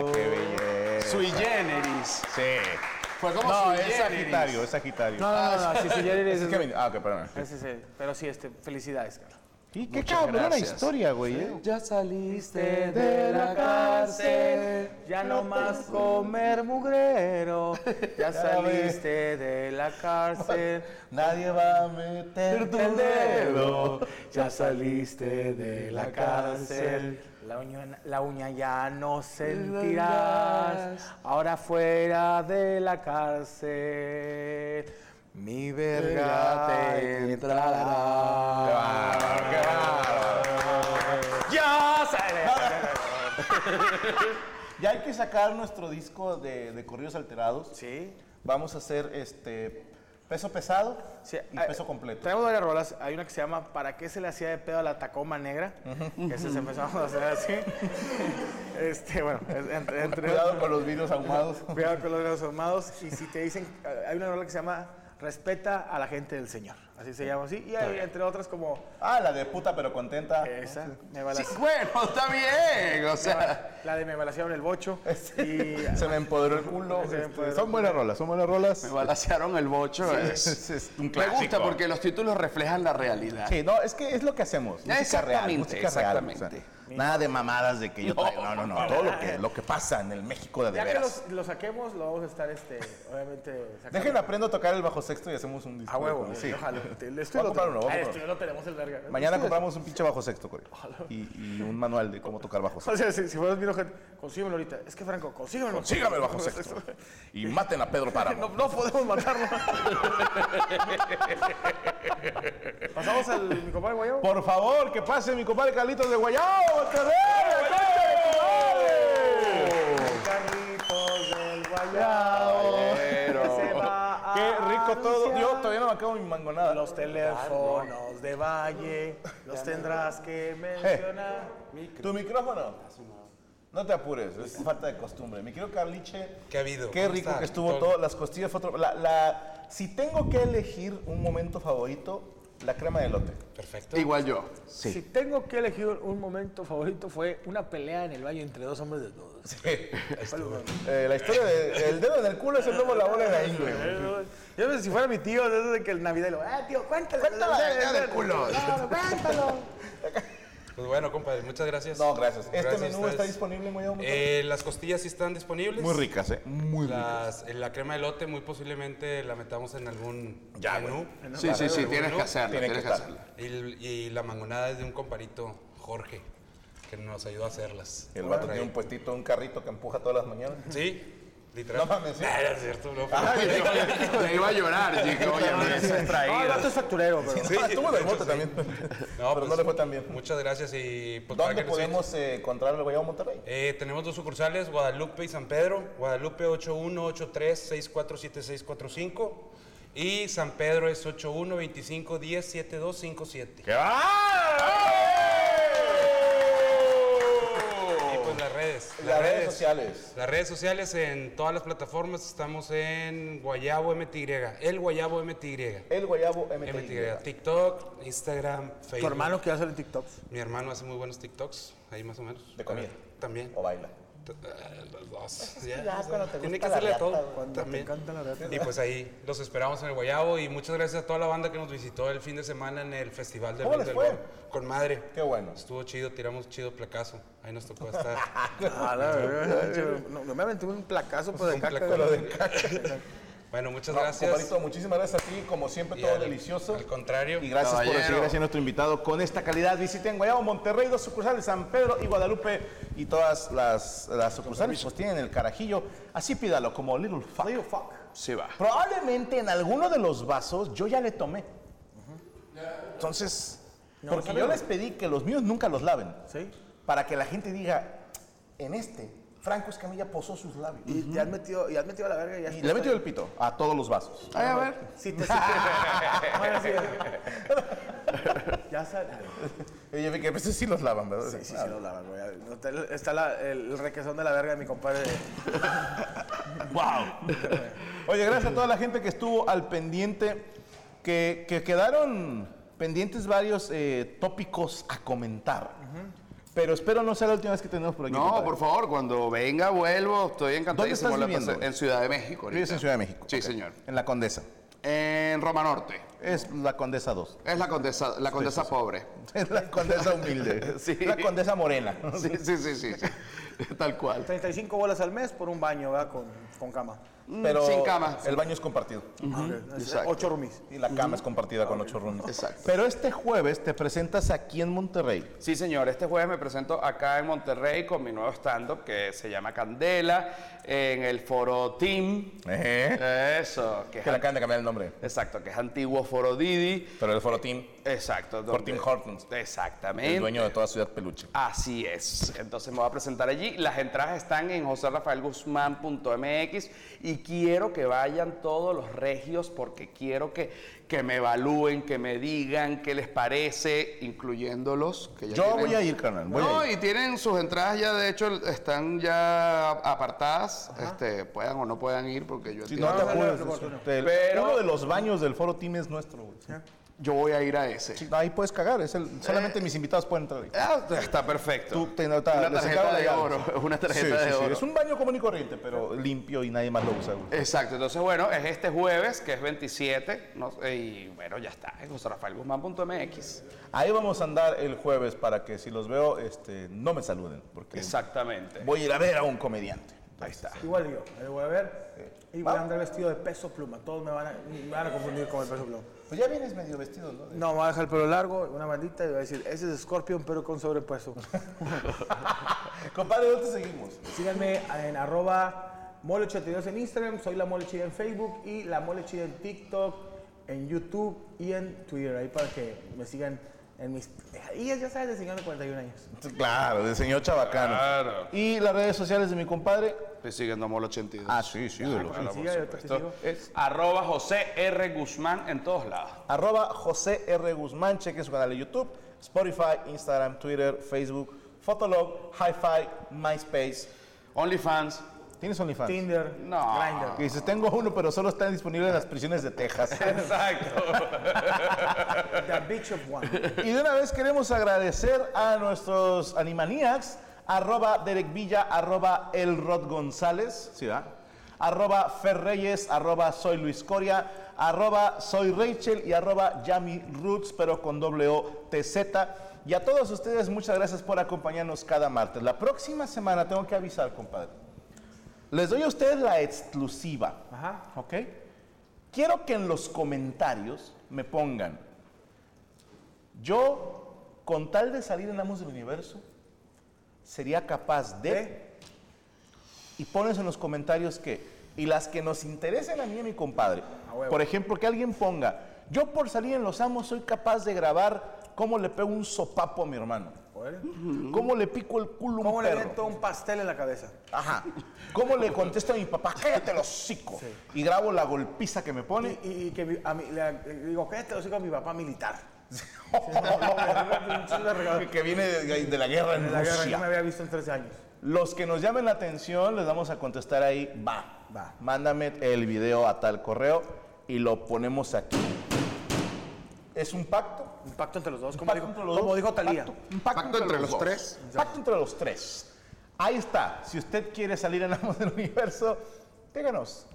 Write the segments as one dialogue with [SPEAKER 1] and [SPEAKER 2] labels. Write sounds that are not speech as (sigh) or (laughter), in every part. [SPEAKER 1] duro.
[SPEAKER 2] qué belleza.
[SPEAKER 1] Sui generis.
[SPEAKER 2] Sí.
[SPEAKER 1] Fue como
[SPEAKER 2] No,
[SPEAKER 1] sui
[SPEAKER 2] es
[SPEAKER 1] generis.
[SPEAKER 2] Sagitario, es Sagitario.
[SPEAKER 3] No, Ah, no, no, no, sí, sí, ya eres-
[SPEAKER 2] Es que me- Ah, ok, perdón.
[SPEAKER 3] Sí, sí, sí. Pero sí, este, felicidades, Carlos.
[SPEAKER 2] Y qué cabrón la
[SPEAKER 1] gracias.
[SPEAKER 2] historia, güey. ¿eh?
[SPEAKER 1] Ya saliste de la cárcel.
[SPEAKER 3] ya no más comer mugrero. (laughs) Ya saliste de la cárcel.
[SPEAKER 2] Nadie va a meter tu
[SPEAKER 3] Tendero,
[SPEAKER 2] dedo.
[SPEAKER 3] ya saliste de la cárcel. La uña, la uña ya no sentirás. Ahora fuera de la cárcel. Mi verga te entrará.
[SPEAKER 2] Qué bárbaro, qué bárbaro.
[SPEAKER 3] Ya sale.
[SPEAKER 2] Ya hay que sacar nuestro disco de, de corridos alterados.
[SPEAKER 3] Sí.
[SPEAKER 2] Vamos a hacer este peso pesado
[SPEAKER 3] Sí,
[SPEAKER 2] y
[SPEAKER 3] eh,
[SPEAKER 2] peso completo.
[SPEAKER 3] Tenemos varias rolas. Hay una que se llama ¿Para qué se le hacía de pedo a la Tacoma Negra? Que esa se empezamos a hacer así. (laughs) este, bueno, es- entre, entre
[SPEAKER 2] Cuidado con los vidrios ahumados. (laughs)
[SPEAKER 3] (laughs) cuidado con los dedos armados. Y si te dicen, eh, hay una rola que se llama Respeta a la gente del Señor. Así se llama así. Y hay, entre otras como
[SPEAKER 2] Ah, la de puta pero contenta.
[SPEAKER 3] esa, me bala-
[SPEAKER 1] Sí, bueno, está bien. O sea,
[SPEAKER 3] la de Me balacearon el
[SPEAKER 2] (laughs)
[SPEAKER 3] bocho. Y
[SPEAKER 2] Se me empoderó el culo. este,
[SPEAKER 3] Se me empoderó.
[SPEAKER 2] Son buenas rolas, son buenas rolas.
[SPEAKER 1] me balacearon el bocho. es-
[SPEAKER 2] es- es un
[SPEAKER 1] Me gusta
[SPEAKER 2] clásico.
[SPEAKER 1] porque los títulos reflejan la realidad.
[SPEAKER 2] Sí, no, es que es lo que hacemos. Música real,
[SPEAKER 1] Exactamente,
[SPEAKER 2] música real.
[SPEAKER 1] exactamente.
[SPEAKER 2] o sea, nada de mamadas de que yo
[SPEAKER 1] No,
[SPEAKER 2] traigo. No, no, no. Todo lo que, lo que pasa en el México de, de
[SPEAKER 3] ya que
[SPEAKER 2] veras.
[SPEAKER 3] los, los saquemos, lo vamos a estar, este, obviamente, sacando.
[SPEAKER 2] Dejen aprendo a tocar el bajo sexto y hacemos un disco.
[SPEAKER 3] A huevo,
[SPEAKER 2] güey,
[SPEAKER 3] sí.
[SPEAKER 2] sí.
[SPEAKER 3] ojalá. El
[SPEAKER 2] Voy a
[SPEAKER 3] estudio lo
[SPEAKER 2] comprar
[SPEAKER 3] tenemos. Ah, el
[SPEAKER 2] uno, voy a comprar
[SPEAKER 3] estudio lo tenemos el verga.
[SPEAKER 2] Mañana compramos un pinche bajo sexto, güey. Y, y un manual de cómo tocar
[SPEAKER 3] (laughs)
[SPEAKER 2] bajo
[SPEAKER 3] O
[SPEAKER 2] sexto.
[SPEAKER 3] sea, si, si fueras bien ojete, consíguemelo ahorita. Es que Franco, consíguemelo.
[SPEAKER 2] Consígame el bajo sexto. Y maten a Pedro
[SPEAKER 3] No,
[SPEAKER 2] Páramo.
[SPEAKER 3] no podemos
[SPEAKER 2] (laughs)
[SPEAKER 3] matarlo. Pasamos al mi compadre Guayabo.
[SPEAKER 2] Por favor, que pase mi compadre Carlitos de Guayao, Monterrey. la cancha de compadres.
[SPEAKER 3] Carlitos del Guayabo. Se va a
[SPEAKER 2] Qué rico todo. Yo
[SPEAKER 3] anunciar.
[SPEAKER 2] todavía no me acabo mi mangonada.
[SPEAKER 3] Los teléfonos de Valle los tendrás
[SPEAKER 2] Eh.
[SPEAKER 3] que mencionar.
[SPEAKER 2] ¿Tu micrófono? No te apures, es falta de costumbre. Mi querido Carliche,
[SPEAKER 4] ¿Qué ha habido?
[SPEAKER 2] Qué
[SPEAKER 4] ¿Cómo
[SPEAKER 2] rico
[SPEAKER 4] están?
[SPEAKER 2] que estuvo todo. Las costillas fue otro. La, la- si tengo que elegir un momento favorito, la crema de elote.
[SPEAKER 4] Perfecto.
[SPEAKER 1] Igual yo.
[SPEAKER 3] Si tengo que elegir un momento favorito fue una pelea en el baño entre dos hombres desnudos.
[SPEAKER 2] Eh, la historia de el dedo en el culo es el nuevo la bola de la ingle. güey.
[SPEAKER 3] Yo no sé si fuera mi tío, desde que el Navidad lo, ah, tío, cuéntalo.
[SPEAKER 2] Cuéntala, ya del
[SPEAKER 1] culo.
[SPEAKER 3] Claro, cuéntalo.
[SPEAKER 4] Pues bueno, compadre, muchas gracias.
[SPEAKER 2] No, gracias. Este
[SPEAKER 4] Gracias a
[SPEAKER 2] menú está
[SPEAKER 4] ustedes.
[SPEAKER 2] disponible, muy bien.
[SPEAKER 4] Eh, las costillas sí están disponibles.
[SPEAKER 2] Muy ricas, ¿eh? Muy ricas.
[SPEAKER 4] Las- eh, la crema de elote muy posiblemente la metamos en algún
[SPEAKER 2] Ya,
[SPEAKER 4] menú.
[SPEAKER 1] Sí, sí, sí, tienes que hacerlo,
[SPEAKER 2] Tiene
[SPEAKER 1] tienes
[SPEAKER 2] que
[SPEAKER 1] que
[SPEAKER 2] estar.
[SPEAKER 1] hacerlo.
[SPEAKER 4] Y, y la mangonada es de un comparito, Jorge, que nos ayudó a hacerlas.
[SPEAKER 2] El
[SPEAKER 4] Por
[SPEAKER 2] vato
[SPEAKER 4] ahí.
[SPEAKER 2] tiene un puestito, un carrito que empuja todas las mañanas.
[SPEAKER 4] Sí,
[SPEAKER 2] No Ah,
[SPEAKER 4] literal.
[SPEAKER 2] mames, ¿eh? sí.
[SPEAKER 4] Nah, (laughs) es cierto, no.
[SPEAKER 1] Le iba a llorar, dije, oye, no es
[SPEAKER 3] No, el vato es facturero, pero.
[SPEAKER 2] Ah, estuvo del bote también.
[SPEAKER 4] No,
[SPEAKER 2] pero no
[SPEAKER 4] pues,
[SPEAKER 2] le fue tan bien.
[SPEAKER 4] Muchas gracias y pues, para
[SPEAKER 2] ¿Dónde
[SPEAKER 4] que nos echen-
[SPEAKER 2] podemos eh, encontrar el Guayabo Monterrey?
[SPEAKER 4] Eh, tenemos dos sucursales, Guadalupe y San Pedro. Guadalupe 8183-647645 y San Pedro es 8125-107257.
[SPEAKER 2] ¡Qué va!
[SPEAKER 4] Y pues las redes.
[SPEAKER 2] Las redes sociales.
[SPEAKER 4] Las redes sociales en todas las plataformas. Estamos en Guayabo MTY. El Guayabo MTY.
[SPEAKER 2] El Guayabo
[SPEAKER 4] MTY.
[SPEAKER 2] MTY.
[SPEAKER 4] TikTok, Instagram, Facebook.
[SPEAKER 3] Tu hermano que hace el TikTok.
[SPEAKER 4] Mi hermano hace muy buenos TikToks, ahí más o menos.
[SPEAKER 2] De comida.
[SPEAKER 4] También.
[SPEAKER 2] O baila.
[SPEAKER 4] Dos.
[SPEAKER 5] ya cuando te
[SPEAKER 4] Tiene que
[SPEAKER 5] gusta la
[SPEAKER 4] hacerle de
[SPEAKER 5] lata,
[SPEAKER 4] todo.
[SPEAKER 5] güey, cuando te
[SPEAKER 4] también.
[SPEAKER 5] encanta la lata.
[SPEAKER 4] Y pues ahí los esperamos en el Guayabo y muchas gracias a toda la banda que nos visitó el fin de semana en el Festival del
[SPEAKER 2] ¿Cómo les
[SPEAKER 4] Rock del
[SPEAKER 2] fue?
[SPEAKER 4] Guayabo. Con madre.
[SPEAKER 2] Qué bueno.
[SPEAKER 4] Estuvo chido, tiramos chido placazo. Ahí nos tocó estar.
[SPEAKER 3] Ah, la verdad, no, no me aventé un placazo por de
[SPEAKER 4] Un
[SPEAKER 3] caca.
[SPEAKER 4] placazo.
[SPEAKER 3] güey.
[SPEAKER 4] (laughs) bueno, muchas
[SPEAKER 2] No,
[SPEAKER 4] gracias.
[SPEAKER 2] compadrito, muchísimas gracias a ti, como siempre,
[SPEAKER 4] Y
[SPEAKER 2] todo
[SPEAKER 4] al-
[SPEAKER 2] delicioso.
[SPEAKER 4] Al contrario.
[SPEAKER 2] Y gracias por
[SPEAKER 3] Caballero.
[SPEAKER 2] seguir siendo nuestro invitado con esta calidad. Visiten Guayabo, Monterrey, dos sucursales, San Pedro y Guadalupe. Y todas las, las sucursales pues tienen el carajillo. Así pídalo, como Little Fuck.
[SPEAKER 5] Sí va.
[SPEAKER 2] Probablemente en alguno de los vasos yo ya le tomé. Entonces, porque yo les pedí que los míos nunca los laven.
[SPEAKER 3] Sí.
[SPEAKER 2] Para que la gente diga, en este, Franco Escamilla posó sus labios.
[SPEAKER 3] Y te has metido, y has metido la verga y ya
[SPEAKER 2] Y
[SPEAKER 3] está.
[SPEAKER 2] le he metido el pito a todos los vasos.
[SPEAKER 5] Ay, a ver.
[SPEAKER 3] Sí, te sí te- Bueno, sí. Ya sale.
[SPEAKER 2] (laughs) Y yo vi que a veces sí los lavan, ¿verdad?
[SPEAKER 3] Sí, sí, sí, lo lavan, güey. Está el- Está la- el requesón de la verga de mi compadre.
[SPEAKER 2] ¡Wow! Oye, gracias a toda la gente que estuvo al pendiente, que, que quedaron pendientes varios eh, tópicos a comentar. Pero espero no sea la última vez que tenemos por aquí.
[SPEAKER 5] No,
[SPEAKER 2] compadre.
[SPEAKER 5] por favor, cuando venga, vuelvo. Estoy encantadísimo.
[SPEAKER 2] estás
[SPEAKER 5] la
[SPEAKER 2] viviendo,
[SPEAKER 5] pasé-
[SPEAKER 2] güey?
[SPEAKER 5] En Ciudad de México. ahorita.
[SPEAKER 2] Vives en Ciudad de México.
[SPEAKER 5] Sí,
[SPEAKER 2] Ok.
[SPEAKER 5] señor.
[SPEAKER 2] En la Condesa.
[SPEAKER 5] En Roma Norte.
[SPEAKER 2] Es la Condesa 2.
[SPEAKER 5] Es la condesa, la condesa pobre.
[SPEAKER 2] (laughs) Es la Condesa humilde.
[SPEAKER 5] (laughs) Sí.
[SPEAKER 2] La Condesa morena.
[SPEAKER 5] Sí, sí, sí, sí,
[SPEAKER 2] (laughs)
[SPEAKER 5] sí. Tal cual.
[SPEAKER 3] 35 bolas al mes por un baño, ¿verdad? Con, con cama.
[SPEAKER 5] Mm,
[SPEAKER 2] Pero
[SPEAKER 5] Sin cama.
[SPEAKER 2] el baño es compartido.
[SPEAKER 5] Exacto.
[SPEAKER 3] 8 roomies.
[SPEAKER 2] Y la cama es compartida con ocho runes.
[SPEAKER 5] Exacto.
[SPEAKER 2] Pero este jueves te presentas aquí en Monterrey.
[SPEAKER 5] Sí, señor. Este jueves me presento acá en Monterrey con mi nuevo stand-up que se llama Candela en el Foro Team.
[SPEAKER 2] Ejé.
[SPEAKER 5] Eso. Que es
[SPEAKER 2] Que le
[SPEAKER 5] an-
[SPEAKER 2] acaban de cambiar el nombre.
[SPEAKER 5] Exacto, que es antiguo Foro Didi.
[SPEAKER 2] Pero el Foro Team,
[SPEAKER 5] Exacto.
[SPEAKER 2] Foro
[SPEAKER 5] donde-
[SPEAKER 2] Team Hortons,
[SPEAKER 5] Exactamente.
[SPEAKER 2] el dueño de toda Ciudad Peluche.
[SPEAKER 5] Así es. Entonces me voy a presentar allí. Las entradas están en joserrafaelguzmán.mx y quiero que vayan todos los regios porque quiero que, que me evalúen, que me digan qué les parece, incluyéndolos. Que ya
[SPEAKER 2] Yo voy a ir, carnal, voy
[SPEAKER 5] no,
[SPEAKER 2] a ir.
[SPEAKER 5] y tienen sus entradas ya, de hecho, están ya apartadas. Este, puedan o no puedan ir porque yo
[SPEAKER 2] Sí,
[SPEAKER 5] entiendo-
[SPEAKER 2] no te apures.
[SPEAKER 3] no, no, no, no.
[SPEAKER 2] Del-
[SPEAKER 5] Pero-
[SPEAKER 2] Uno de los baños del Foro Team es nuestro. güey.
[SPEAKER 5] Yo voy a ir a ese.
[SPEAKER 2] Sí, Ahí puedes cagar. Es el, solamente mis invitados pueden entrar ahí.
[SPEAKER 5] Eh. Ah, está perfecto.
[SPEAKER 2] Tú te no, ta-
[SPEAKER 5] una
[SPEAKER 2] les
[SPEAKER 5] tarjeta
[SPEAKER 2] encargo
[SPEAKER 5] de
[SPEAKER 2] regalos.
[SPEAKER 5] (laughs) oro, una tarjeta
[SPEAKER 2] Sí,
[SPEAKER 5] de
[SPEAKER 2] sí, sí.
[SPEAKER 5] oro.
[SPEAKER 2] Es un baño común y corriente, pero limpio y nadie más lo usa. güey.
[SPEAKER 5] Exacto, entonces bueno, es este jueves, que es 27, no sé, y bueno, ya está, en joserrafaelguzmán.mx.
[SPEAKER 2] Ahí vamos a andar el jueves para que si los veo, este, no me saluden. Porque
[SPEAKER 5] Exactamente.
[SPEAKER 2] voy a ir a ver a un comediante.
[SPEAKER 5] Ahí está.
[SPEAKER 3] Igual yo, ahí voy a ver. Y voy a andar vestido de peso pluma. Todos me van a, me van a confundir con el peso pluma.
[SPEAKER 2] Pues ya vienes medio vestido, ¿no? (laughs)
[SPEAKER 3] No, me va a dejar el pelo largo, una bandita y voy a decir, ese es Scorpion, pero con sobrepeso.
[SPEAKER 2] Compadre, ¿dónde seguimos?
[SPEAKER 3] Síganme en arroba mole82 en Instagram, soy la molechida en Facebook y la molechida en TikTok, en YouTube y en Twitter. Ahí para que me sigan en mis... Y ya sabes, de señor de 41 años.
[SPEAKER 2] Claro, del señor Chabacano.
[SPEAKER 5] Claro.
[SPEAKER 2] Y las redes sociales de mi compadre.
[SPEAKER 5] Estoy siguiendo Molo 82.
[SPEAKER 2] Ah, sí, sí, de los-
[SPEAKER 5] Claro, por
[SPEAKER 3] siga, yo te
[SPEAKER 5] supuesto.
[SPEAKER 3] sigo.
[SPEAKER 5] Es arroba José R. Guzmán en todos lados.
[SPEAKER 2] Arroba José R. Guzmán, chequen su canal de YouTube, Spotify, Instagram, Twitter, Facebook, Fotolog, Hi-Fi, MySpace. (laughs)
[SPEAKER 5] OnlyFans.
[SPEAKER 2] ¿Tienes OnlyFans?
[SPEAKER 3] Tinder,
[SPEAKER 5] No.
[SPEAKER 3] Grindr.
[SPEAKER 2] Que dices, tengo uno, pero solo está disponible en las prisiones de Texas.
[SPEAKER 5] Exacto.
[SPEAKER 3] The Beach of (laughs) One.
[SPEAKER 2] y de una vez queremos agradecer a nuestros Animaniacs, arroba Derek Villa, arroba El Rod González, ¿sí, verdad? arroba Fer Reyes, arroba Soy Luis Coria, arroba Soy Rachel y arroba Yami Roots, pero con doble O T Z. Y a todos ustedes, muchas gracias por acompañarnos cada martes. La próxima semana tengo que avisar, compadre. Les doy a ustedes la exclusiva.
[SPEAKER 3] Ajá.
[SPEAKER 2] ¿Ok? Quiero que en los comentarios me pongan. Yo, con tal de salir en Amos del Universo, sería capaz de. Y pones en los comentarios que. Y las que nos interesen a mí y a mi compadre. Por ejemplo, que alguien ponga. Yo, por salir en Los Amos, soy capaz de grabar cómo le pego un sopapo a mi hermano. Cómo le pico el culo a un
[SPEAKER 3] ¿Cómo le
[SPEAKER 2] perro.
[SPEAKER 3] meto un pastel en la cabeza?
[SPEAKER 2] Ajá. ¿Cómo le contesto a mi papá? Cállate los hocico. Y grabo la golpiza que me
[SPEAKER 3] Y, (laughs)
[SPEAKER 2] pone.
[SPEAKER 3] y- y que mi- a mi, le, le digo, cállate los hijos a mi papá militar. Un chingo de regalo.
[SPEAKER 2] que viene de, de la guerra en
[SPEAKER 3] De la guerra,
[SPEAKER 2] Rusia.
[SPEAKER 3] yo me había visto en 13 años.
[SPEAKER 2] Los que nos llamen la atención, les vamos a contestar ahí, va,
[SPEAKER 3] Va.
[SPEAKER 2] Mándame el video a tal correo y lo ponemos aquí. ¿Es un pacto?
[SPEAKER 3] Un pacto entre los dos,
[SPEAKER 2] Un
[SPEAKER 3] como
[SPEAKER 2] pacto
[SPEAKER 3] dijo,
[SPEAKER 2] entre los
[SPEAKER 3] como
[SPEAKER 2] dos.
[SPEAKER 3] dijo Talía.
[SPEAKER 2] Pacto, un pacto, entre, los, tres. Pacto entre los tres. Ahí está. Si usted quiere salir (laughs) en Amos del Universo, díganos.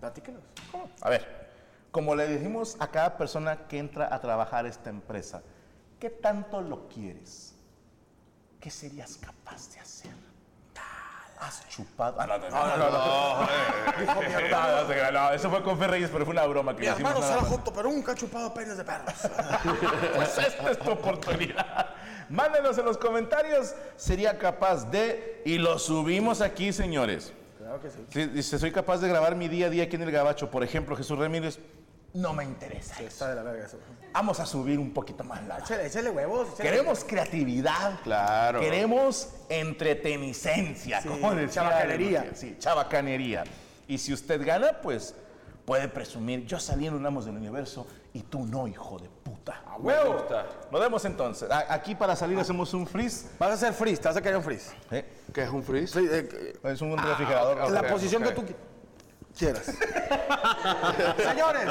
[SPEAKER 2] Platíquenos. ¿Cómo? A ver, como le dijimos a cada persona que entra a trabajar esta empresa, ¿qué tanto lo quieres? ¿Qué serías capaz de hacer? Has chupado. Ah, no, no, no, no, no, no, no, no, se crea, no, eso fue con Ferreyes, pero fue una broma que
[SPEAKER 3] Mi
[SPEAKER 2] le hicimos
[SPEAKER 3] hermano
[SPEAKER 2] nada
[SPEAKER 3] será
[SPEAKER 2] más.
[SPEAKER 3] junto, pero nunca ha chupado penes de (laughs) perros.
[SPEAKER 2] Pues esta es tu oportunidad. Mándenos en los comentarios. Sería capaz de. Y lo subimos aquí, señores.
[SPEAKER 3] claro que sí.
[SPEAKER 2] Sí, Dice, soy capaz de grabar mi día a día aquí en el Gabacho. Por ejemplo, Jesús Ramírez. No me interesa eso.
[SPEAKER 3] Está Ah, de la verga eso.
[SPEAKER 2] Vamos a subir un poquito más la.
[SPEAKER 3] Échale, échale huevos. échale
[SPEAKER 2] Queremos creatividad.
[SPEAKER 5] Claro.
[SPEAKER 2] Queremos entretenicencia.
[SPEAKER 3] Sí,
[SPEAKER 2] como decía
[SPEAKER 3] chabacanería.
[SPEAKER 2] Lucía. Sí, chabacanería. Y si usted gana, pues puede presumir. Yo salí en un Amos del Universo y tú no, hijo de puta.
[SPEAKER 3] Ah,
[SPEAKER 2] ¡A
[SPEAKER 5] huevo! Me gusta.
[SPEAKER 2] Nos vemos entonces. A- aquí para salir hacemos un freeze.
[SPEAKER 3] Vas a hacer freeze, te vas a caer un freeze.
[SPEAKER 2] ¿eh?
[SPEAKER 5] ¿Qué es un freeze?
[SPEAKER 2] Es un refrigerador.
[SPEAKER 5] ok,
[SPEAKER 3] Ah, la
[SPEAKER 5] ok.
[SPEAKER 3] posición que tú qui- (laughs) quieras. Señores,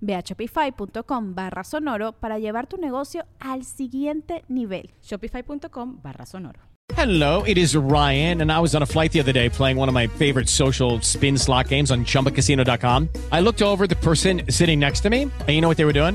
[SPEAKER 6] Ve a shopify.com barra sonoro para llevar tu negocio al siguiente nivel.
[SPEAKER 7] Shopify.com barra sonoro.
[SPEAKER 8] Hello, it is Ryan, and I was on a flight the other day playing one of my favorite social spin slot games on chumbacasino.com. I looked over at the person sitting next to me, and you know what they were doing?